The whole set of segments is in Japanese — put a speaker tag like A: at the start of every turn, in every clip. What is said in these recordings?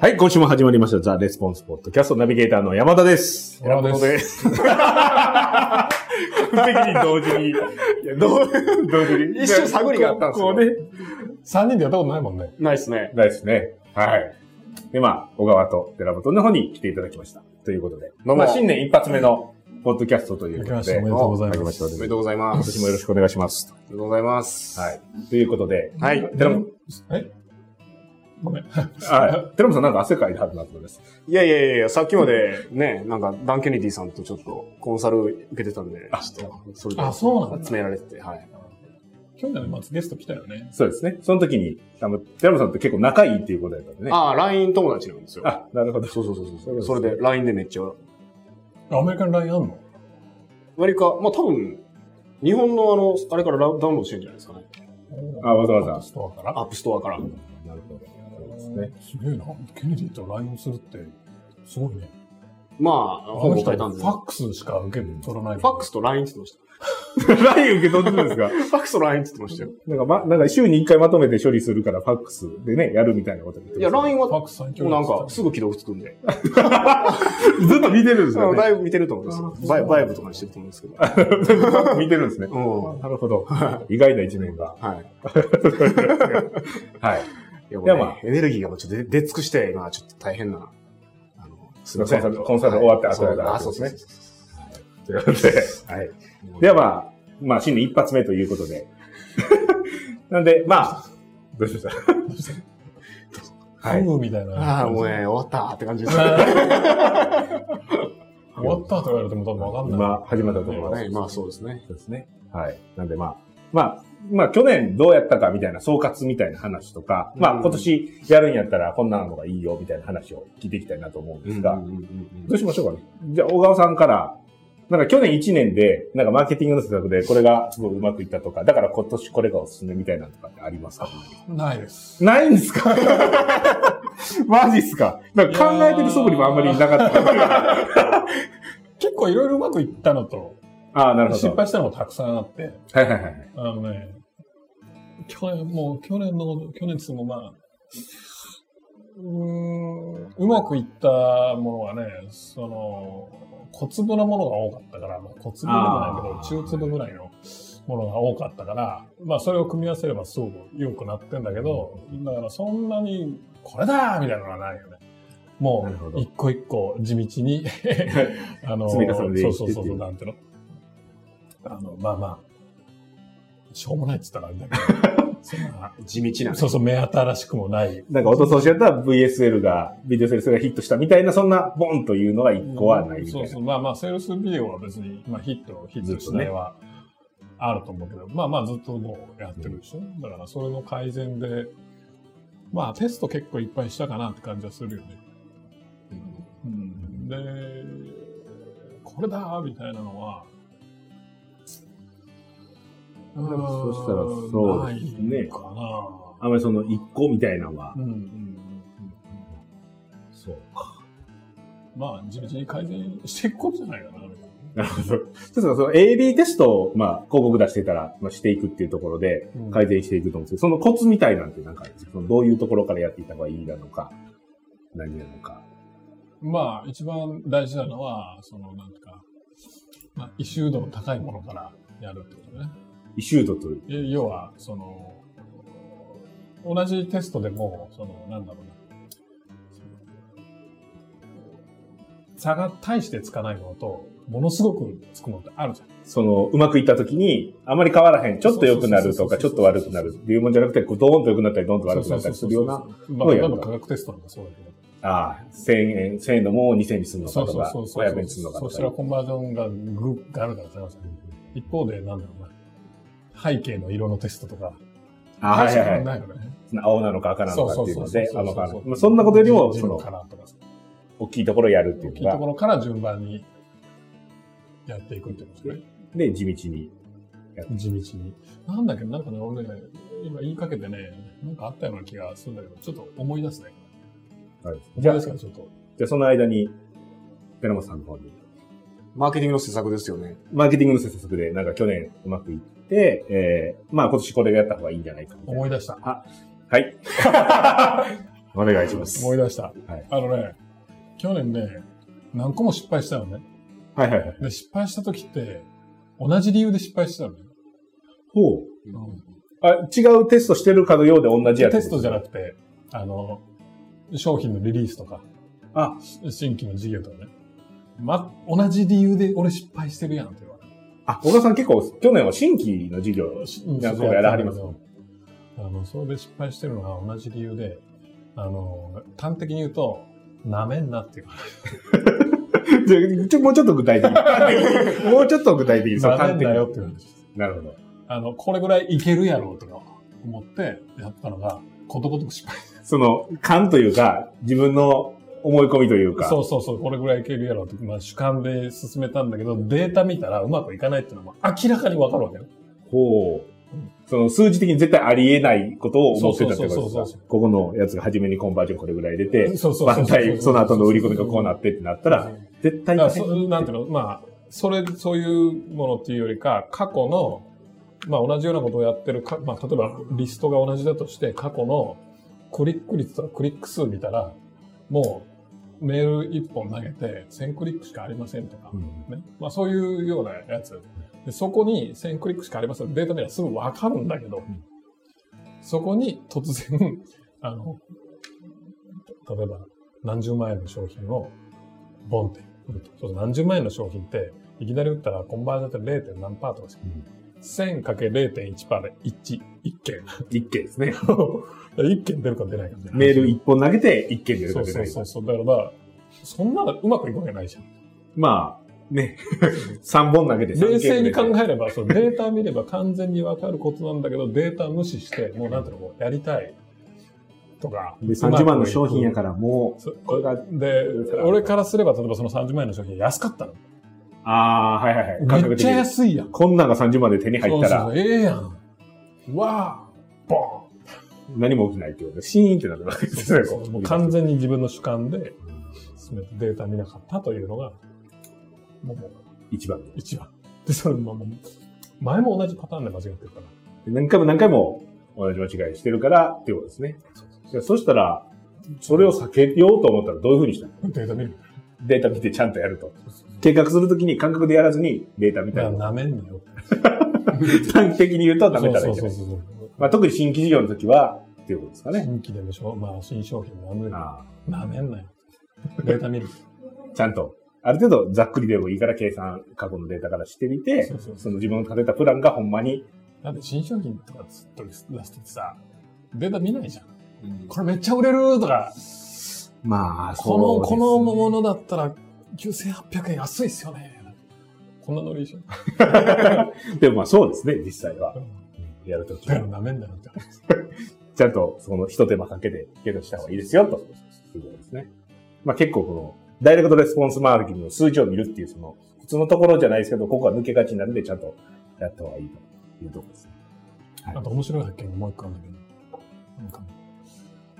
A: はい、今週も始まりました。ザ・レスポンスポッドキャストナビゲーターの山田です。。
B: 山本です
A: 完璧に同時に。いや、同同時に。
C: 一瞬探りがあったんですよ
A: こうね。
B: 3人でやったことないもんね。
C: ないですね。
A: ないですね。はい。で、まあ、小川と寺本の方に来ていただきました。ということで。
C: どうも
A: まあ、新年一発目のポッドキャストということ
B: 明けまして
A: で。
B: おめでとうございます
A: 明けしておめで
C: おめ
A: とう
C: でとうございま
A: 今
C: す。
A: 年もよろしくお願いします。
C: おめでとうございます。
A: はい。ということで。
C: はい。
A: 寺本、
B: ごめん。
A: はい。寺本さんなんか汗かいたはずなんです。
C: いやいやいやいや、さっきまでね、 なんか、ダン・ケネディさんとちょっとコンサル受けてたんで、ちょっと、それで
B: あ、そうなんだ。
C: 集められてて、はい。
B: 去年の末ゲスト来たよね。
A: そうですね。その時に、あの、寺本さんって結構仲いいっていうことだったんでね。
C: ああ、LINE 友達なんですよ。
A: あ、なるほど。
C: そうそうそう
A: そ
C: そう。
A: いうことで
C: そ
A: すね
C: れで LINE でめっちゃ、
B: アメリカンラインあんの
C: 割りか、まあ多分、日本のあの、あれからラダウンロードしてるんじゃないですかね。
A: あ、わざわざ。
B: ストアから
C: アップストアから。
A: なるほど。そうですね。
B: すげえな。ケネディとラインするって、すごいね。
C: まあ、ほぼ答えたんです
B: フ
C: フ
B: ァ
C: ァ
B: ックスしか受け取らない。
C: ファックスと LINE って言ってま
A: ライン受け取ってるんですが。
C: した。ファックスと LINE って言ってましたよ。
A: なんか、ま、なんか週に1回まとめて処理するから、ファックスでね、やるみたいなこと言って
C: いや、
A: ます
C: LINE は
B: ファ
C: も
B: ックス最強
C: うなんか、すぐ起動つくんで。
A: ずっと見てるんです
C: あの
A: よ
C: だ
A: ね。
C: いぶ見てると思うんですよ。バイバイブとかにしてると思うんですけど。
A: 見てるんですね。
C: うん。
A: なるほど。意外な一面が。
C: はい。
A: はい。
C: いや、
A: い
C: も
A: うや
C: ね
A: まあ
C: エネルギーがもうちょっと出出尽くして、今ちょっと大変な。あの、す
A: コンサルコンサル終わって後だ
C: はいあ、そうですね。
A: ということで、はい。 ではまあ、まあ、新年一発目ということ で。なんで、まあ、どうしましたはい。
B: フーみたいな。
C: ああ、もうね、終わったって感じですね。
B: 終わったと言われても多分わかんない。
A: 今、始まったところ
C: はいまあそうですね。
A: そうですね。はい。なんでまあ、まあ、まあ去年どうやったかみたいな総括みたいな話とか、ま
C: う
A: あ
C: ん
A: 今年やるんやったらこんなのがいいよみたいな話を聞いていきたいなと思うんですが、
C: うんうんうん
A: どうしましょうかね。じゃあ小川さんから、なんか去年1年で、なんかマーケティングの施策でこれがすごいうまくいったとか、だから今年これがおすすめみたいなのとかってありますか
B: ないです。
A: ないんですか マジっすかなんか考えてる素振りもあんまりなか った。
B: 結構いろいろうまくいったのと、
A: ああ、なるほ
B: 失
A: ど。
B: 敗したのもたくさんあって、
A: はいはいはい。
B: あのね、去年、もう去年の、去年っつってもまあ、うーん、うまくいったものはね、その、小粒のものが多かったから、まあ、小粒でもない
A: あー
B: けど、中粒ぐらいのものが多かったから、まあ、それを組み合わせればすごく良くなってんだけど、だからそんなに、これだーみたいなのはないよね。も
A: なるほど
B: う、一個一個地 道に、あの、
A: 積み重ねてい
B: そ
A: って
B: うそうそう
A: ってい
B: そうう、なんていうの。あの、まあまあ、しょうもないって言ったらあれだけ ど、そんな
C: 地道なね。
B: そうそう、目新しくもない。
A: なんか、おととしやったら VSL が、ビデオセールスがヒットしたみたいな、そんな、ボンというのが一個はないみたい
B: そう
A: な。
B: そう、まあまあ、セールスビデオは別に、まあヒット、ヒットしないはあると思うけど、まあまあずっともうやってるでしょ。だから、それの改善で、まあテスト結構いっぱいしたかなって感じはするよね。うんで、これだーみたいなのは、う
A: も
B: ーん
A: そしたらそうですね
B: ないかな。
A: あんまりその一個みたいなのは
B: う。んうんうん
A: そうか。
B: まあ、地道に改善していくことじゃないかな。
A: なるほど。そうそう、その AB テストを、まあ、広告出してたら、まあ、していくっていうところで、
B: うん
A: 改善していくと思うんですけど、そのコツみたいなんて、なんかあるんですか、そのどういうところからやっていった方がいいなのか、何なのか。
B: まあ、一番大事なのは、その、なんていうか、まあ、異臭度の高いものからやるってことね。
A: イシュートという。
B: え要は、その、同じテストでも、その、なんだろうな。差が大してつかないものと、ものすごくつくものってあるじゃん。
A: その、うまくいった時に、あまり変わらへん。ちょっと良くなるとか、ちょっと悪くなるっていうもんじゃなくて、こう、ドーンと良くなったり、ドーンと悪くなったりするような。
B: まあ、例えば科学テストなんかそうだけど。
A: ああ、1000円、1000円のも2000円にするのか
B: そう
A: と
B: そう
A: か、
B: そうそう。
A: 500円にするのかと
B: そ
A: か。
B: したらコンバージョンがグッがあるからさ、一方で、なんだろうな。背景の色のテストとか。
A: あはいはいはい。
B: ないよね。
A: 青なのか赤なの
B: そう
A: か
B: そ
A: っ
B: う
A: ていう
B: そ
A: の
B: う。
A: で、甘かまあそんなことよりも、
B: ジ
A: そ
B: ム
A: の、
B: カラーとかさ。
A: 大きいところをやるってい
B: 大き
A: う
B: いと
A: の
B: こ
A: が、
B: ろから順番にやっていくってことですね。
A: で、地道に。
B: 地道に。なんだけど、なんかね、俺ね、今言いかけてね、なんかあったような気がするんだけど、ちょっと思い出すね。
A: はいじ
B: 思
A: ゃ
B: い
A: あ、
B: 出す
A: じ
B: か
A: ゃ
B: らちょっと。
A: あその間に、寺本さんの方に、
C: マーケティングの施策ですよね。
A: マーケティングの施策で、なんか去年うまくいって、えー、まあ今年これがやった方がいいんじゃないかみたいな。
B: 思い出した。
A: はい。 お願いします。
B: 思い出した。
A: はい
B: あのね、去年ね、何個も失敗したのね。
A: はいはいはい。
B: で、失敗した時って、同じ理由で失敗したのね。
A: ほう。
B: うん
A: あ、違うテストしてるかのようで同じやつ。
B: テストじゃなくて、あの、商品のリリースとか、
A: あ
B: し新規の事業とかね。ま、同じ理由で俺失敗してるやんって言われ
A: あ、小川さん結構、去年は新規の事業を
B: て。
A: し
B: うん
A: いや
B: そ
A: そうやらはります
B: よ。あの、それで失敗してるのは同じ理由で、あの、端的に言うと、舐めんなっていう
A: でちょもうちょっと具体的 に。もうちょっと具体的に。その
B: 舐め
A: 端
B: ん
A: 的に
B: なよっていう話です。
A: なるほど。
B: あの、これぐらいいけるやろうとか思ってやったのが、ことごとく失敗
A: その、感というか、自分の思い込みというか。
B: そうそうそう、これぐらいいけるやろうと、まあ主観で進めたんだけど、データ見たらうまくいかないっていうのはまあ明らかにわかるわけよ。
A: ほう。その数字的に絶対ありえないことを思ってたってこ
B: そうそう
A: と
B: そう
A: です
B: そう
A: かここのやつが初めにコンバージョンこれぐらい出て、
B: そうそう
A: 万歳、その後の売り込みがこうな
B: っ
A: ってってなった
B: た
A: ら、絶対に
B: そうなんていうの、まあ、それ、そういうものっていうよりか、過去の、まあ同じようなことをやってるか、まあ例えばリストが同じだとして、過去のクリック率とかクリック数見たら、もうメール1本投げて1000クリックしかありませんとか、
A: うん
B: ね。まあそういうようなやつ。でそこに1000クリックしかありません。データ見ればすぐわかるんだけど、
A: ん
B: そこに突然、 あの、例えば何十万円の商品をボンって売ると。そうすると何十万円の商品って、いきなり売ったらコンバージョンって 0. 何パーとかしか。1000かけ0.1パーで1、1件。
A: 一件ですね。
B: 1件出るか出ないかみたいな
A: メール一本投げて一件出る
B: そ
A: か
B: う
A: 出
B: そ
A: な
B: う
A: い
B: そ
A: か
B: う。そう。だからまあ、そんなのうまくいくわけないじゃん。
A: まあ、ね、三本投げて三件
B: 冷静に
A: 出て
B: 考えれば、そのデータ見れば完全にわかることなんだけど、データ無視して、もうなんていうの、もうやりたいとか。
A: で、30万の商品やからも
B: そう
A: これが
B: で、俺からすれば、例えばその30万円の商品安かったの。
A: う、ああ、はいはいはい。感
B: め
A: 覚
B: っ
A: 的
B: ちゃ
A: に。
B: 安いやん。
A: こんなんが30万で手に入った
B: そうそ
A: ら
B: うそうええやん。わあ、ボ
A: 何も起きないってことで、シーンってなるわけで
B: ーン
A: すね。こう
B: もう完全に自分の主観で、進めてデータ見なかったというのが、もうもう
A: 一番。
B: 一番。で、それももう、前も同じパターンで間違ってるから。
A: 何回も何回も同じ間違いしてるからっていうことですね。そしたら、それを避けようと思ったらどういうふうにしたの
B: データ見る。
A: データ見てちゃんとやると。計画するときに感覚でやらずにデータ見た
B: だから
A: いな。
B: 舐めんなよ。
A: 短期的に言うとダメたらいいじゃ
B: そ
A: な
B: う
A: い。
B: そうそうそう。
A: まあ、特に新規事業の時は、っていうことですかね。
B: 新規でもしょ、まあ、新商品もあんの
A: あ
B: に、なめ んなよ。データ見る。
A: あちゃんと、ある程度ざっくりでもいいから計算、過去のデータからしてみて、
B: そうそうそ
A: その自分の立てたプランがほんまに、
B: う。だって新商品とかずっと出しててさ、データ見ないじゃん。これめっちゃ売れるとか、
A: まあ、
B: この、この
A: の
B: ものだったら9800円安いっすよね。こんなノリでしょ。
A: でもまあそうですね、実際は。やるとき
B: だから
A: は。
B: なめんなよって話。
A: ちゃんと、その一手間かけて、ゲットした方がいいですよ、と。いうことですね。まあ結構この、ダイレクトレスポンスマーケティングの数字を見るっていう、その、普通のところじゃないですけど、ここは抜けがちになるんで、ちゃんとやった方がいいというところですね。
B: あと面白い発見がもう一個あるんだけど、なんかね、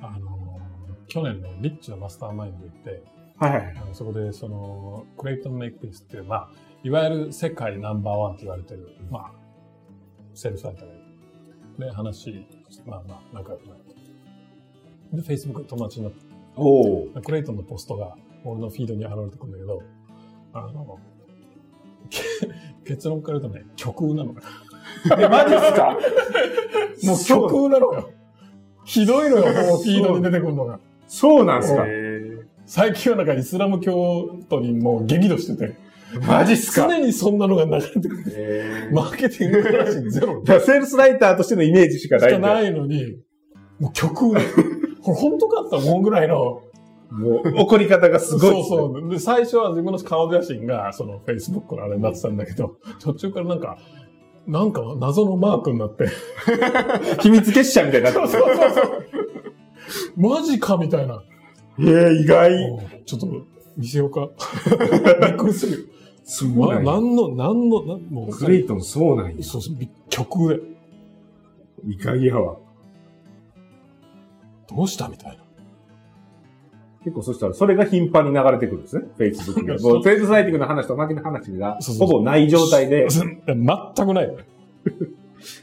B: あのー、去年ね、リッチのマスターマインド行って、
A: はいはいはい。
B: あのそこで、その、クレイトン・メイクピースっていう、まあ、いわゆる世界ナンバーワンと言われてる、まあ、セールスサイトがいる。で、話、まあまあ、仲良くなって。で、Facebook で友達になっ
A: おお。
B: た。クレイトンのポストが、俺のフィードに現れてくるんだけど、あの、け 結論から言うとね、極右なのよ。
A: え、マジっすか
B: もう極右なのよ。ひどいのよ、もうフィードに出てくるのが。
A: そうなんすか
B: 最近はなんかイスラム教徒にもう激怒してて。
A: マジっすか
B: 常にそんなのが流れてくる。マーケティングクラシゼロ
A: じゃあセールスライターとしてのイメージしかな
B: し
A: い
B: か
A: んだ
B: な
A: よ。
B: いのに、もう曲、これ本当かったもんぐらいの。
A: もう、怒り方がすごいっすね。
B: そうそう。で、最初は自分の顔写真が、その Facebook のあれになってたんだけど、途中からなんか、なんか謎のマークになって、
A: 秘密結社みたいになってる。
B: マジかみたいな。
A: えー、意外。
B: おうちょっと見せよ うか。びっくりするよ。
A: す
B: ななんの、なんの、なんもう、
A: クレイトンそうなんや。
B: そうそう、び曲で、
A: 意外やわ。
B: どうしたみたいな。
A: 結構そしたら、それが頻繁に流れてくるんですね。Facebook には。もう、フェイスライティングの話と負けの話が、
B: そうそ
A: ほ
B: うそう
A: ぼない状態で。
B: 全くない。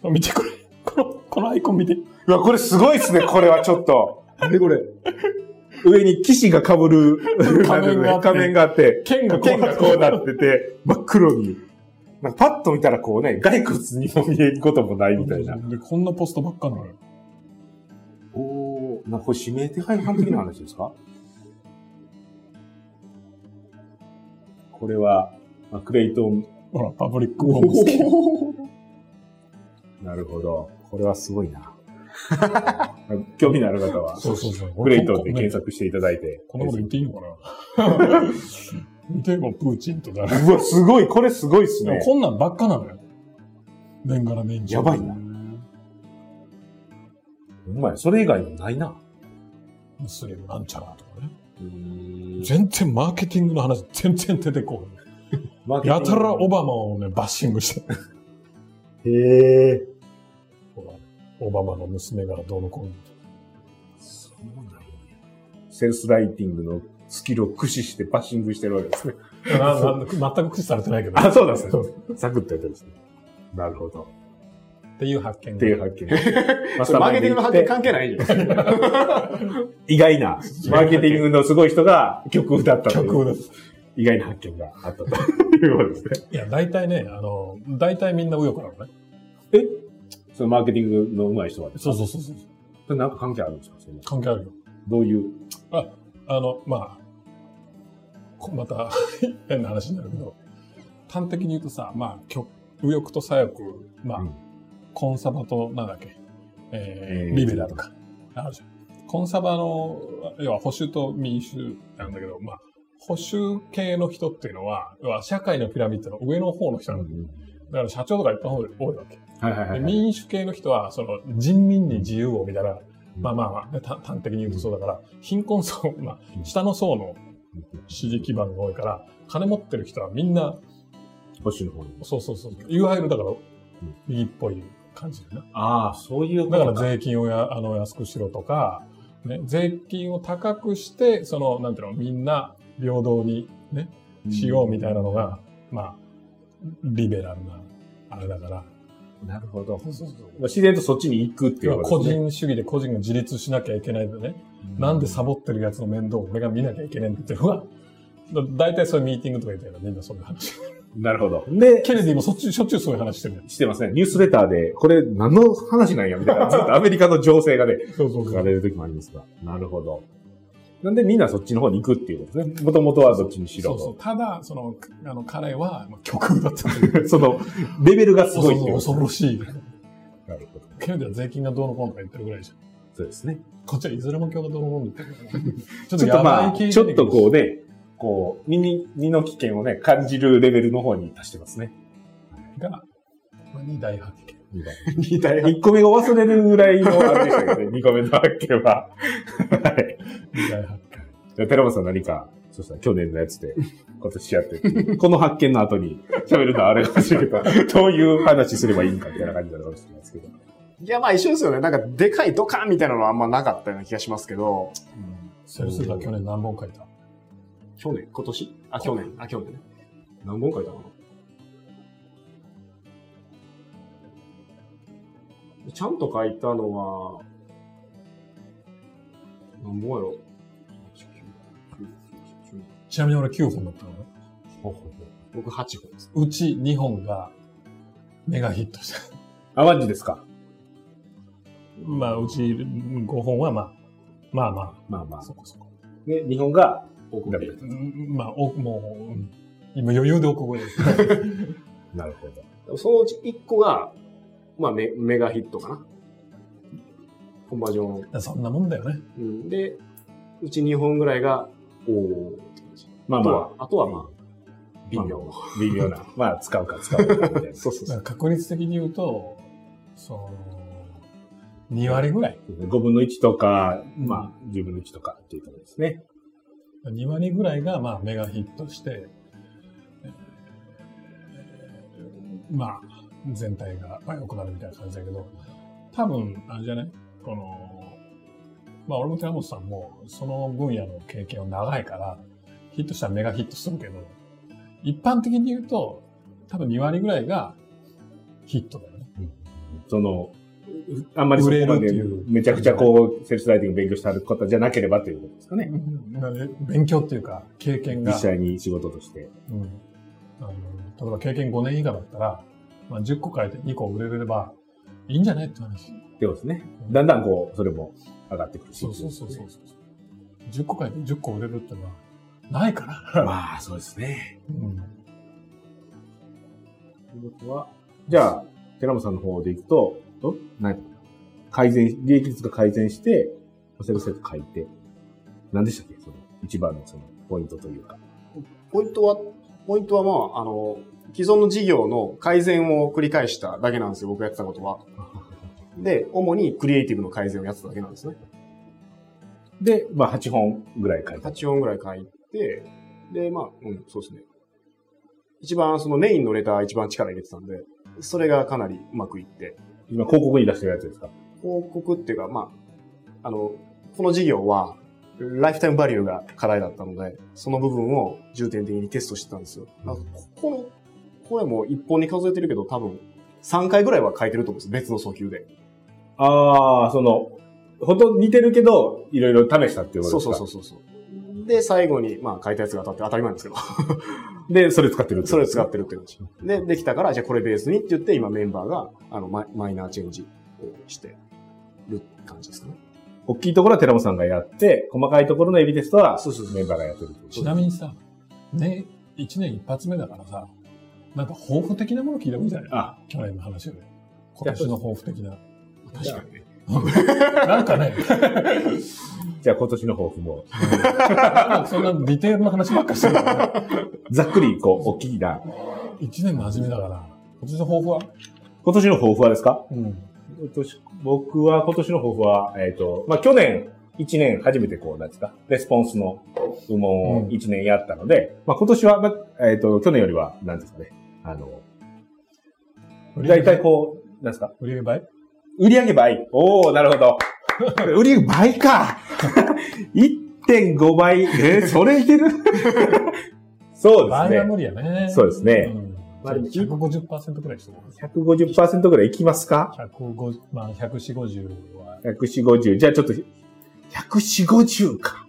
B: 見てこれ。この、このアイコン見て。
A: うわ、これすごいっすね、これはちょっと。で、これ。上に騎士が被る
B: 仮面があっ て
A: 仮面があって、
B: 剣がこ
A: 剣
B: うな
A: が
B: る
A: こうなってて、真っ黒に。なんかパッと見たらこうね、骸骨にも見えることもないみたいな。
B: で、こんなポストばっかなのよ。
A: おー、なんかこれ指名手配犯的な話ですかこれは、まあクレイトン。
B: ほら、パブリックホームステイ。
A: なるほど。これはすごいな。興味のある方は、
B: そうそうそう。
A: クレイトンで検
B: 索。
A: 索していただいて。
B: こんなこと言っていいのか な見てもプーチンとか。
A: うわ、すごい、これすごいっす
B: でも
A: ね。
B: こんなんばっかなのよ。年がら年中。
A: やばいな。お前、それ以外にもないな。
B: ムスリムなんちゃらとかね。
A: うん
B: 全然マーケティングの話全然出てこない。やたらオバマをね、バッシングして。
A: へえ。
B: ほらオバマの娘がどうのこうの。
A: そうなんや。セルスライティングのスキルを駆使してバッシングしてるわけですね。
B: ななん全く駆使されてないけど。
A: あ、そうなんです
B: そ
A: ね。サクッとやってるんですね。なるほど。
B: っていう発見
A: っていう
B: が。
A: 発見。マ
C: それマーケティングの発見関係ない よ。
A: 意外な、マーケティングのすごい人が曲だったという
B: 曲を出す
A: 意外な発見があったということですね。
B: いや、大体ね、あの、大体みんな右翼なのね。
A: そのマーケティングの上手い人はです
B: そうそうそうそう。
A: ね。なんか関係あるんですかその
B: 関係あるよ。
A: どういう。
B: あの、まあ、こまた 変な話になるけど、端的に言うとさ、まあ、極右翼と左翼、まあ、
A: うん
B: コンサバと、なんだっけ、えー
A: えー
B: リベラルか。あるじゃん。コンサバの、要は保守と民主なんだけど、まあ、保守系の人っていうのは、要は社会のピラミッドの上の方の人なの。だから社長とかいっぱい多いわけ。
A: はいはいは
B: で
A: いはい。
B: 民主系の人は、その、人民に自由をみたいな、まあまあまあ、ねた端的に言うとそうだから、貧困層、まあ、下の層の支持基盤が多いから、金持ってる人はみんな、
A: 星の方に。
B: そうそうそう、いわゆるだから、右っぽい感じだな。
A: ああ、そういう
B: だから税金をやあの安くしろとか、ね、税金を高くして、その、なんていうの、みんな平等にね、しようみたいなのが、まあ、リベラルな、あれだから。
A: なるほど。
B: そうそうそう。
A: 自然とそっちに行くっていう
B: 個
A: ですね
B: 人主義で個人が自立しなきゃいけないでね、なんでサボってるやつの面倒を俺が見なきゃいけないんだっていうのは、だ大体そういうミーティングとか言ったらみんなそういう話。
A: なるほど。で、
B: ケネディもそっちしょっちゅうそういう話してるよ。
A: してますね。ニュースレターで、これ何の話なんやみたいな、ずっとアメリカの情勢がね、
B: そうそ
A: 書かれる時もありますが。なるほど。なんでみんなそっちの方に行くっていうことですね。もともとはどっちにし
B: そ
A: ろ
B: う
A: と。
B: ただ、その、あの、彼は、まあ、極右だったという。
A: その、レベルがすごいっていうことです
B: 恐
A: ね
B: ろしい。
A: なるほど。
B: ケネディは税金がどうのこうのとか言ってるぐらいじゃん。
A: そうですね。
B: こっちはいずれも教がどうのこうの言ってるから。ちょ
A: ちょっとまあ、
B: 系
A: ちょっとこうね、こう、身に、身の危険をね、感じるレベルの方に達してますね。
B: が、まあ、二大発見。
A: みたいな
C: 二大発
A: 一個目が忘れるぐらいのあれでしたけどね、二個目の発見は。はい。
B: 二大発
A: じゃあ、寺本さん何か、そうしたら去年のやつで、今年やってて、この発見の後に喋るのはあれかもしれないけど、どういう話すればいいんかみたいな感じになるかもしれないですけど。
C: 見。いや、まあ一緒ですよね。なんか、でかいドカンみたいなのはあんまなかったような気がしますけど。
B: 見。セルスが去年何本書いた
C: 去年今年あ、去年。あ、去年ね。何本書いたかなちゃんと書いたのは、何本やろ
B: ちなみに俺9本だったのね。
C: 僕8本です。
B: うち2本がメガヒットした。
A: あ、マジですか
B: まあ、うち5本はまあ、まあま
A: まあま
B: あ、
A: あ。
B: そこそこ。
A: ね、日本が、
C: 僕
A: ダメだった
B: うんまあ、おもう、うん今余裕で億超えです。
A: なるほど。
C: そのうち1個が、まあメメガヒットかな。コンバージョン。
B: そんなもんだよね。
C: うん、で、うち2本ぐらいが、おーって感じ。
A: まあ
C: あとは
A: ま、
C: あとはまあ、
A: あ、
C: 微妙。
A: まあ微 妙な。まあ、使うか使うかみたいな。
C: そうそう
B: だか
C: そう。
B: ら確率的に言うと、その、2割ぐらい。
A: 5分の1とか、まあ、10分の1とかっていうところですね。
B: 2割ぐらいがまあメガヒットして、えーまあ、全体がまあ良くなるみたいな感じだけど、多分、あれじゃないこの、まあ俺も寺本さんもその分野の経験は長いから、ヒットしたらメガヒットするけど、一般的に言うと、多分2割ぐらいがヒットだよね。
A: その、あんまりそこま
B: 売れる
A: で
B: っていう
A: めちゃくちゃこう、セールスライティング勉強してある方じゃなければということですかね。
B: うん勉強っていうか、経験
A: 実
B: が、
A: 際に仕事として。
B: うんあの例えば経験5年以下だったら、まあ、10個書いて2個売れればいいんじゃないって話。
A: ってことですね。だんだんこう、それも上がってくるし。
B: そうそうそうそうそう。10個書いて10個売れるってのは、ないから。
A: まあ、そうですね。
B: うん
A: ということは、じゃあ、寺本さんの方でいくと、とない改善、利益率が改善して、セルセット書いて、何でしたっけその、一番のその、ポイントというか。
C: ポイントは、ポイントはまあ、あの、既存の事業の改善を繰り返しただけなんですよ、僕がやってたこと は。で、主にクリエイティブの改善をやってただけなんですね。
A: で、まあ、8本ぐらい書いて。
C: 8音ぐらい書いて、で、まあ、うん、そうですね。一番、そのメインのレター一番力入れてたんで、それがかなりうまくいって、
A: 今、広告に出してるやつですか
C: 広告っていうか、まあ、あの、この事業は、ライフタイムバリューが課題だったので、その部分を重点的にテストしてたんですよ。
A: うん
C: あここの、これも一本に数えてるけど、多分、3回ぐらいは書いてると思うんです。別の訴求で。
A: ああ、その、ほとんど似てるけど、いろいろ試したっていうこ
C: そ
A: とです
C: うそ
A: か
C: うそうそうそう。で、最後に、まあ、書いたやつが当たって当たり前なんですけど、
A: で、それ使ってる
C: それを使ってるっていう感じ。で、できたから、じゃあこれベースにって言って、今メンバーが、あの、マイマイナーチェンジをしてる感じですかね。
A: 大きいところは寺本さんがやって、細かいところのエビテストは、メンバーがやってるってこと
B: ちなみにさ、ね、1年一発目だからさ、なんか抱負的なもの聞いてもいいじゃない
A: あ、
B: 去年の話より。今年の抱負的な。
C: 確かにね。
B: なんかね、
A: じゃあ今年の抱負も、
B: なんかそんなディテールの話ばっかしてるから、
A: ざっくり、こう、大きいな。
B: 1年の初めだから、今年の抱負は
A: 今年の抱負はですか
B: うん。
A: 今年僕は今年の抱負は、えっ、と、まあ、去年、1年初めてこう、なんですか、レスポンスの部門を
B: うん
A: 1年やったので、まあ、今年は、まあえっ、と、去年よりは、なんですかね、あの、大体こう、なんですか、
B: 売り上げ倍
A: 売上倍。おおなるほ ど。売上倍か。1.5倍。え ーそれいけるそうです
B: 倍は
A: ね。
B: 無理やね。
A: そうですね
B: うん。
A: まあでも
B: じゃあ150%くらいしても
A: 150%ぐらいいきますか
B: 150、まあ、140、50は、
A: ?140、50じゃあちょっと、140、50か。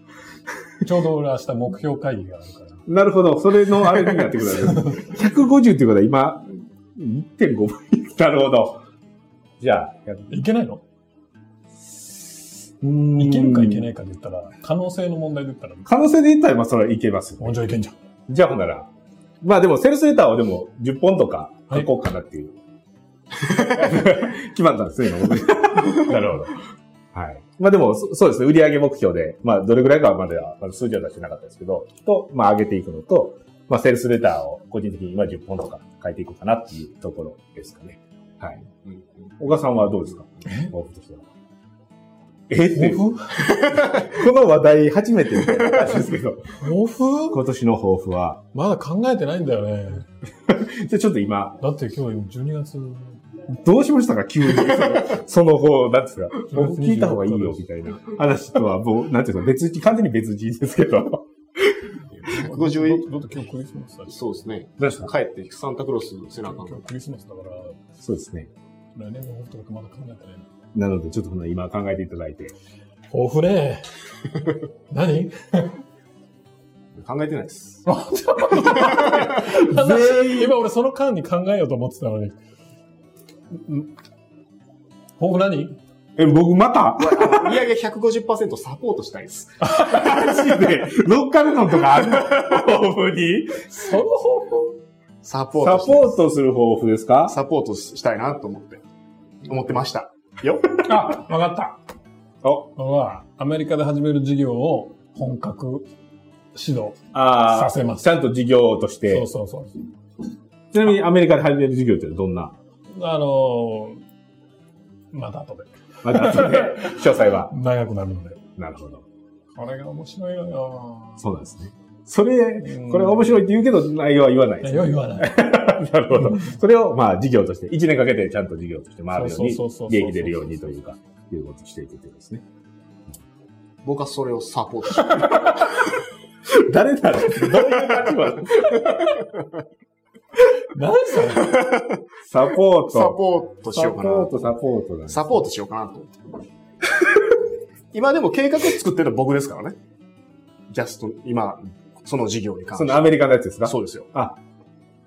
B: ちょうど俺明日目標会議があるから。
A: なるほど。それのあれになってくるわ けです。150っていうことは今、1.5倍。 なるほど。じゃあ、
B: いけないのい
A: い
B: けるかいけないいかで言ったら、可能性の問題で言ったら、
A: 可能性で言ったら、まあ、それはいけますよね、
B: もうちょいいけんじゃん。
A: じゃあほんなら。まあでも、セルスレターをでも、10本とか書こうかなっていう。 決まったんですね、今僕なるほど。はい。まあでも、そそうですね、売上目標で、まあどれぐらいかはまでは、まだ数字は出してなかったですけど、と、まあ上げていくのと、まあセルスレターを個人的に今10本とか書いていこうかなっていうところですかね。はい。小川さんはどうですか
B: え
A: 抱負としては。え って、こ
B: 抱負
A: の話題初めてみたいな感じですけど、
B: 抱負
A: 今年の抱負は、
B: まだ考えてないんだよね。
A: じゃあちょっと今、
B: だって今日12月、
A: どうしましたか急に。その、その方、なんですか。僕聞いた方がいいよ、みたいな話とは、もう、なんていうか、別人、完全に別人ですけど。
C: 150
B: だって今日クリスマスだし。
C: そうですね。
A: 何ですか
C: 帰ってサンタクロースせなあかん
B: 今日クリスマスだから、
A: そうですね。
B: 来年の抱負とかまだ考えてないな。
A: なので、ちょっとほな今考えていただいて。
B: 抱負 ね何
C: 考えてないです。
A: 全員、
B: 今俺その間に考えようと思ってたのに。抱負何
A: え、僕また、
C: 売上150%サポートしたいです。
A: マジで、ロッカルノンとかあるの抱負に
B: その抱負
C: サポ
A: サ
C: ートしたい
A: ポートする抱負ですか
C: サポートしたいなと思って、思ってました。よ。
B: あ、わかった。
A: お、
B: これは、アメリカで始める事業を本格指導。
A: ああ、
B: させます
A: ちゃんと事業とし
B: そ
A: て
B: う。そうそう。
A: ちなみにアメリカで始める事業ってどんな
B: あのー、また後で。
A: まだ後で、詳細は。
B: 長くなるので。
A: なるほど。
B: これが面白いのよ。
A: そうなんですね。それ、
B: うん
A: これ面白いって言うけど、内容は言わないです
B: い
A: ね
B: やよう言わない。
A: なるほど。それを、まあ、事業として、1年かけてちゃんと事業として回るように
B: そうそうそうそうそう、
A: 利益出るようにというか、いうことをしていくということですね。
C: 僕はそれをサポートしたい。
A: 誰だろうどういう立場
B: 何それ
A: サポート。
C: サポートしようか
A: サポ
C: な
A: ー。ト、サポートだね。
C: サポートしようかなと思って。今でも計画作ってるのは僕ですからね。ジャスト、今、その事業に関
A: そ
C: し
A: のアメリカのやつです
C: て。
A: か
C: そうですよ。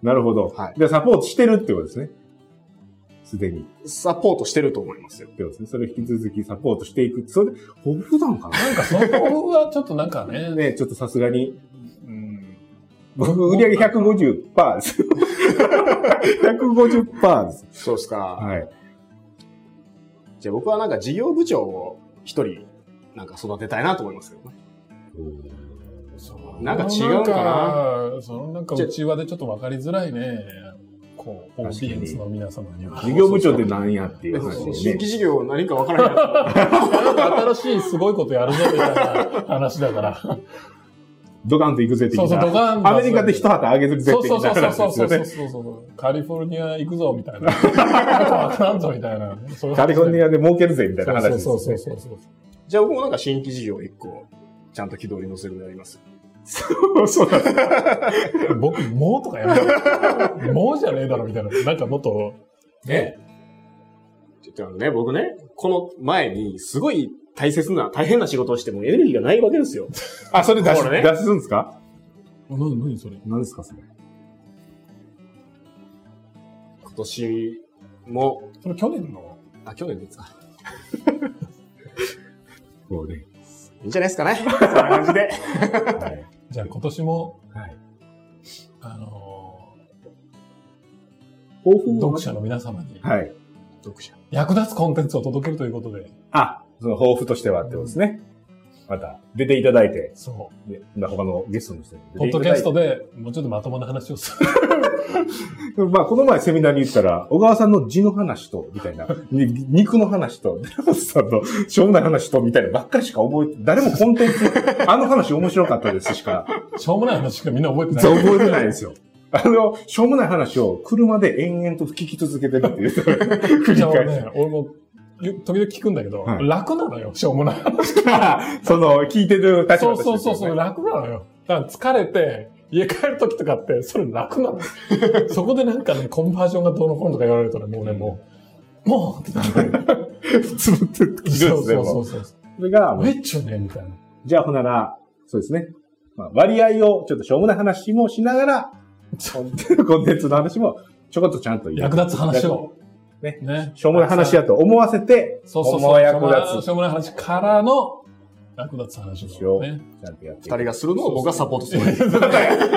A: なるほど。
C: はい
A: で、サポートしてるってことですね。すでに。
C: サポートしてると思いますよ。
A: ってことですね。それを引き続きサポートしていく。それ、ほぼ普段か
B: なんかそこはちょっとなんか
A: な
B: ね、
A: ね、ちょっとさすがに。
B: うん、
A: 僕、売り上げ150%です。150%です。
C: そうですか。
A: はい。
C: じゃあ僕はなんか事業部長を一人、なんか育てたいなと思いますけどね。なんか違うか
B: なそのなんか内輪でちょっと分かりづらいね。こう、オーディエンスの皆様には。
A: 事業部長って何やっていう
C: で
A: 話
C: その
A: で
C: 新規
A: ね。
C: 事業何かわからないか
B: な
C: ら。
B: んか新しいすごいことやるぞみたいな話だから。
A: ドカンと行くぜ的
B: そうそう、ド
A: な。
B: カン
A: アメリカで一旗上げるぜ
B: そう
A: 的
B: そう
A: な
B: そうそ
A: 話
B: うそう
A: です
B: そ
A: よ
B: うそう
A: ね。
B: そうそう。カリフォルニア行くぞみたいな。なんかんぞみたいな。そういう話だよ
A: カリフォルニアで儲けるぜみたいな話です
B: そ
A: よ
B: うそう
A: ね。
B: そうそう。
C: じゃあ僕もなんか新規事業一個、ちゃんと軌道に乗せるようになります。
A: そうなんです
B: 僕、もうとかやめろ。もうじゃねえだろみたいな。なんかもっと、ね。
C: ちょっとあのね、僕ね、この前にすごい大切な、大変な仕事をしてもエネルギーがないわけですよ。
A: あ、それ出し、
C: これね
A: 出すんですか
B: な、なにそれ。
A: 何ですかそれ。
C: 今年も、
B: それ去年の
C: あ、去年ですか。
A: そうね。
C: いいんじゃないですかね。そんな感じで。
A: はい。
B: じゃあ今年も、
A: はい
B: あの
A: 抱
B: ー
A: 負を
B: 読者の皆様に
A: はい。
C: 読者。
B: 役立つコンテンツを届けるということで、
A: あ、その抱負としてはってことですね。また、出ていただいて、
B: そ
A: で他のゲストの人に
B: う、ポ
A: 出て
B: ッ
A: い
B: ド
A: た
B: キ
A: だ
B: ャ
A: いて。
B: ストでもうちょっとまともな話をす る。
A: まあ、この前セミナーに行ったら、小川さんの字の話と、みたいな、に肉の話と、寺本さんのしょうもない話と、みたいなばっかりしか覚えて、誰もコンテンツ、あの話面白かったですしか、
B: しょうもない話しかみんな覚えてない。
A: そう覚えてないん ですよ。あの、しょうもない話を車で延々と聞き続けてるっていう、繰り
B: じゃあ
A: 返し。
B: ね、俺も、よ時々聞くんだけど、
A: はい
B: 楽なのよ、しょうもない話。
A: その、聞いてる立場
B: そう
A: としてですよね
B: そうそうそう、楽なのよ。だから疲れて、家帰る時とかって、それ 楽なの。そこでなんかね、コンバージョンがどうのこうのとか言われるとね、もうね、もう、もうってなる。
A: つぶって聞いてるんですね。
B: そうそう
A: も
B: そううそう。
A: それが、
B: めっちゃね、みたいな。
A: じゃあ、ほんなら、そうですね。まあ、割合を、ちょっとしょうもない話もしながら、コンテンツの話も、ちょこっとちゃんと言う
B: 役立つ話を。
A: ね
B: ね。
A: しょうもない話やと思わせて、
B: そうそう
A: ほ
B: そ
A: んま
B: う。
A: は
B: しょうもない
A: 役立つ
B: しょうもない話からの、役立つ話を。ね。
A: ちゃんとやって
C: 二
A: いく
C: 人がするのを僕がサポートする。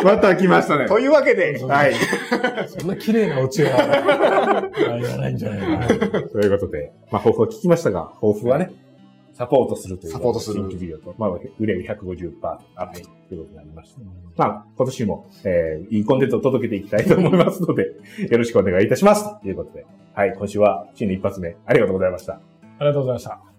A: また来ましたね。
C: というわけで、
B: そう
A: はい。
B: そんな綺麗なオチは、あいらないんじゃない かな。
A: ということで、まあ、抱負は聞きましたが、抱負はね、サポートするという。
C: サポートする
A: 新規事業と、まあ、売り上げ150%アップということになりました。まあ、今年も、えー、いいコンテンツを届けていきたいと思いますので、よろしくお願いいたします。ということで、はい、今週は、新年一発目、ありがとうございました。
B: ありがとうございました。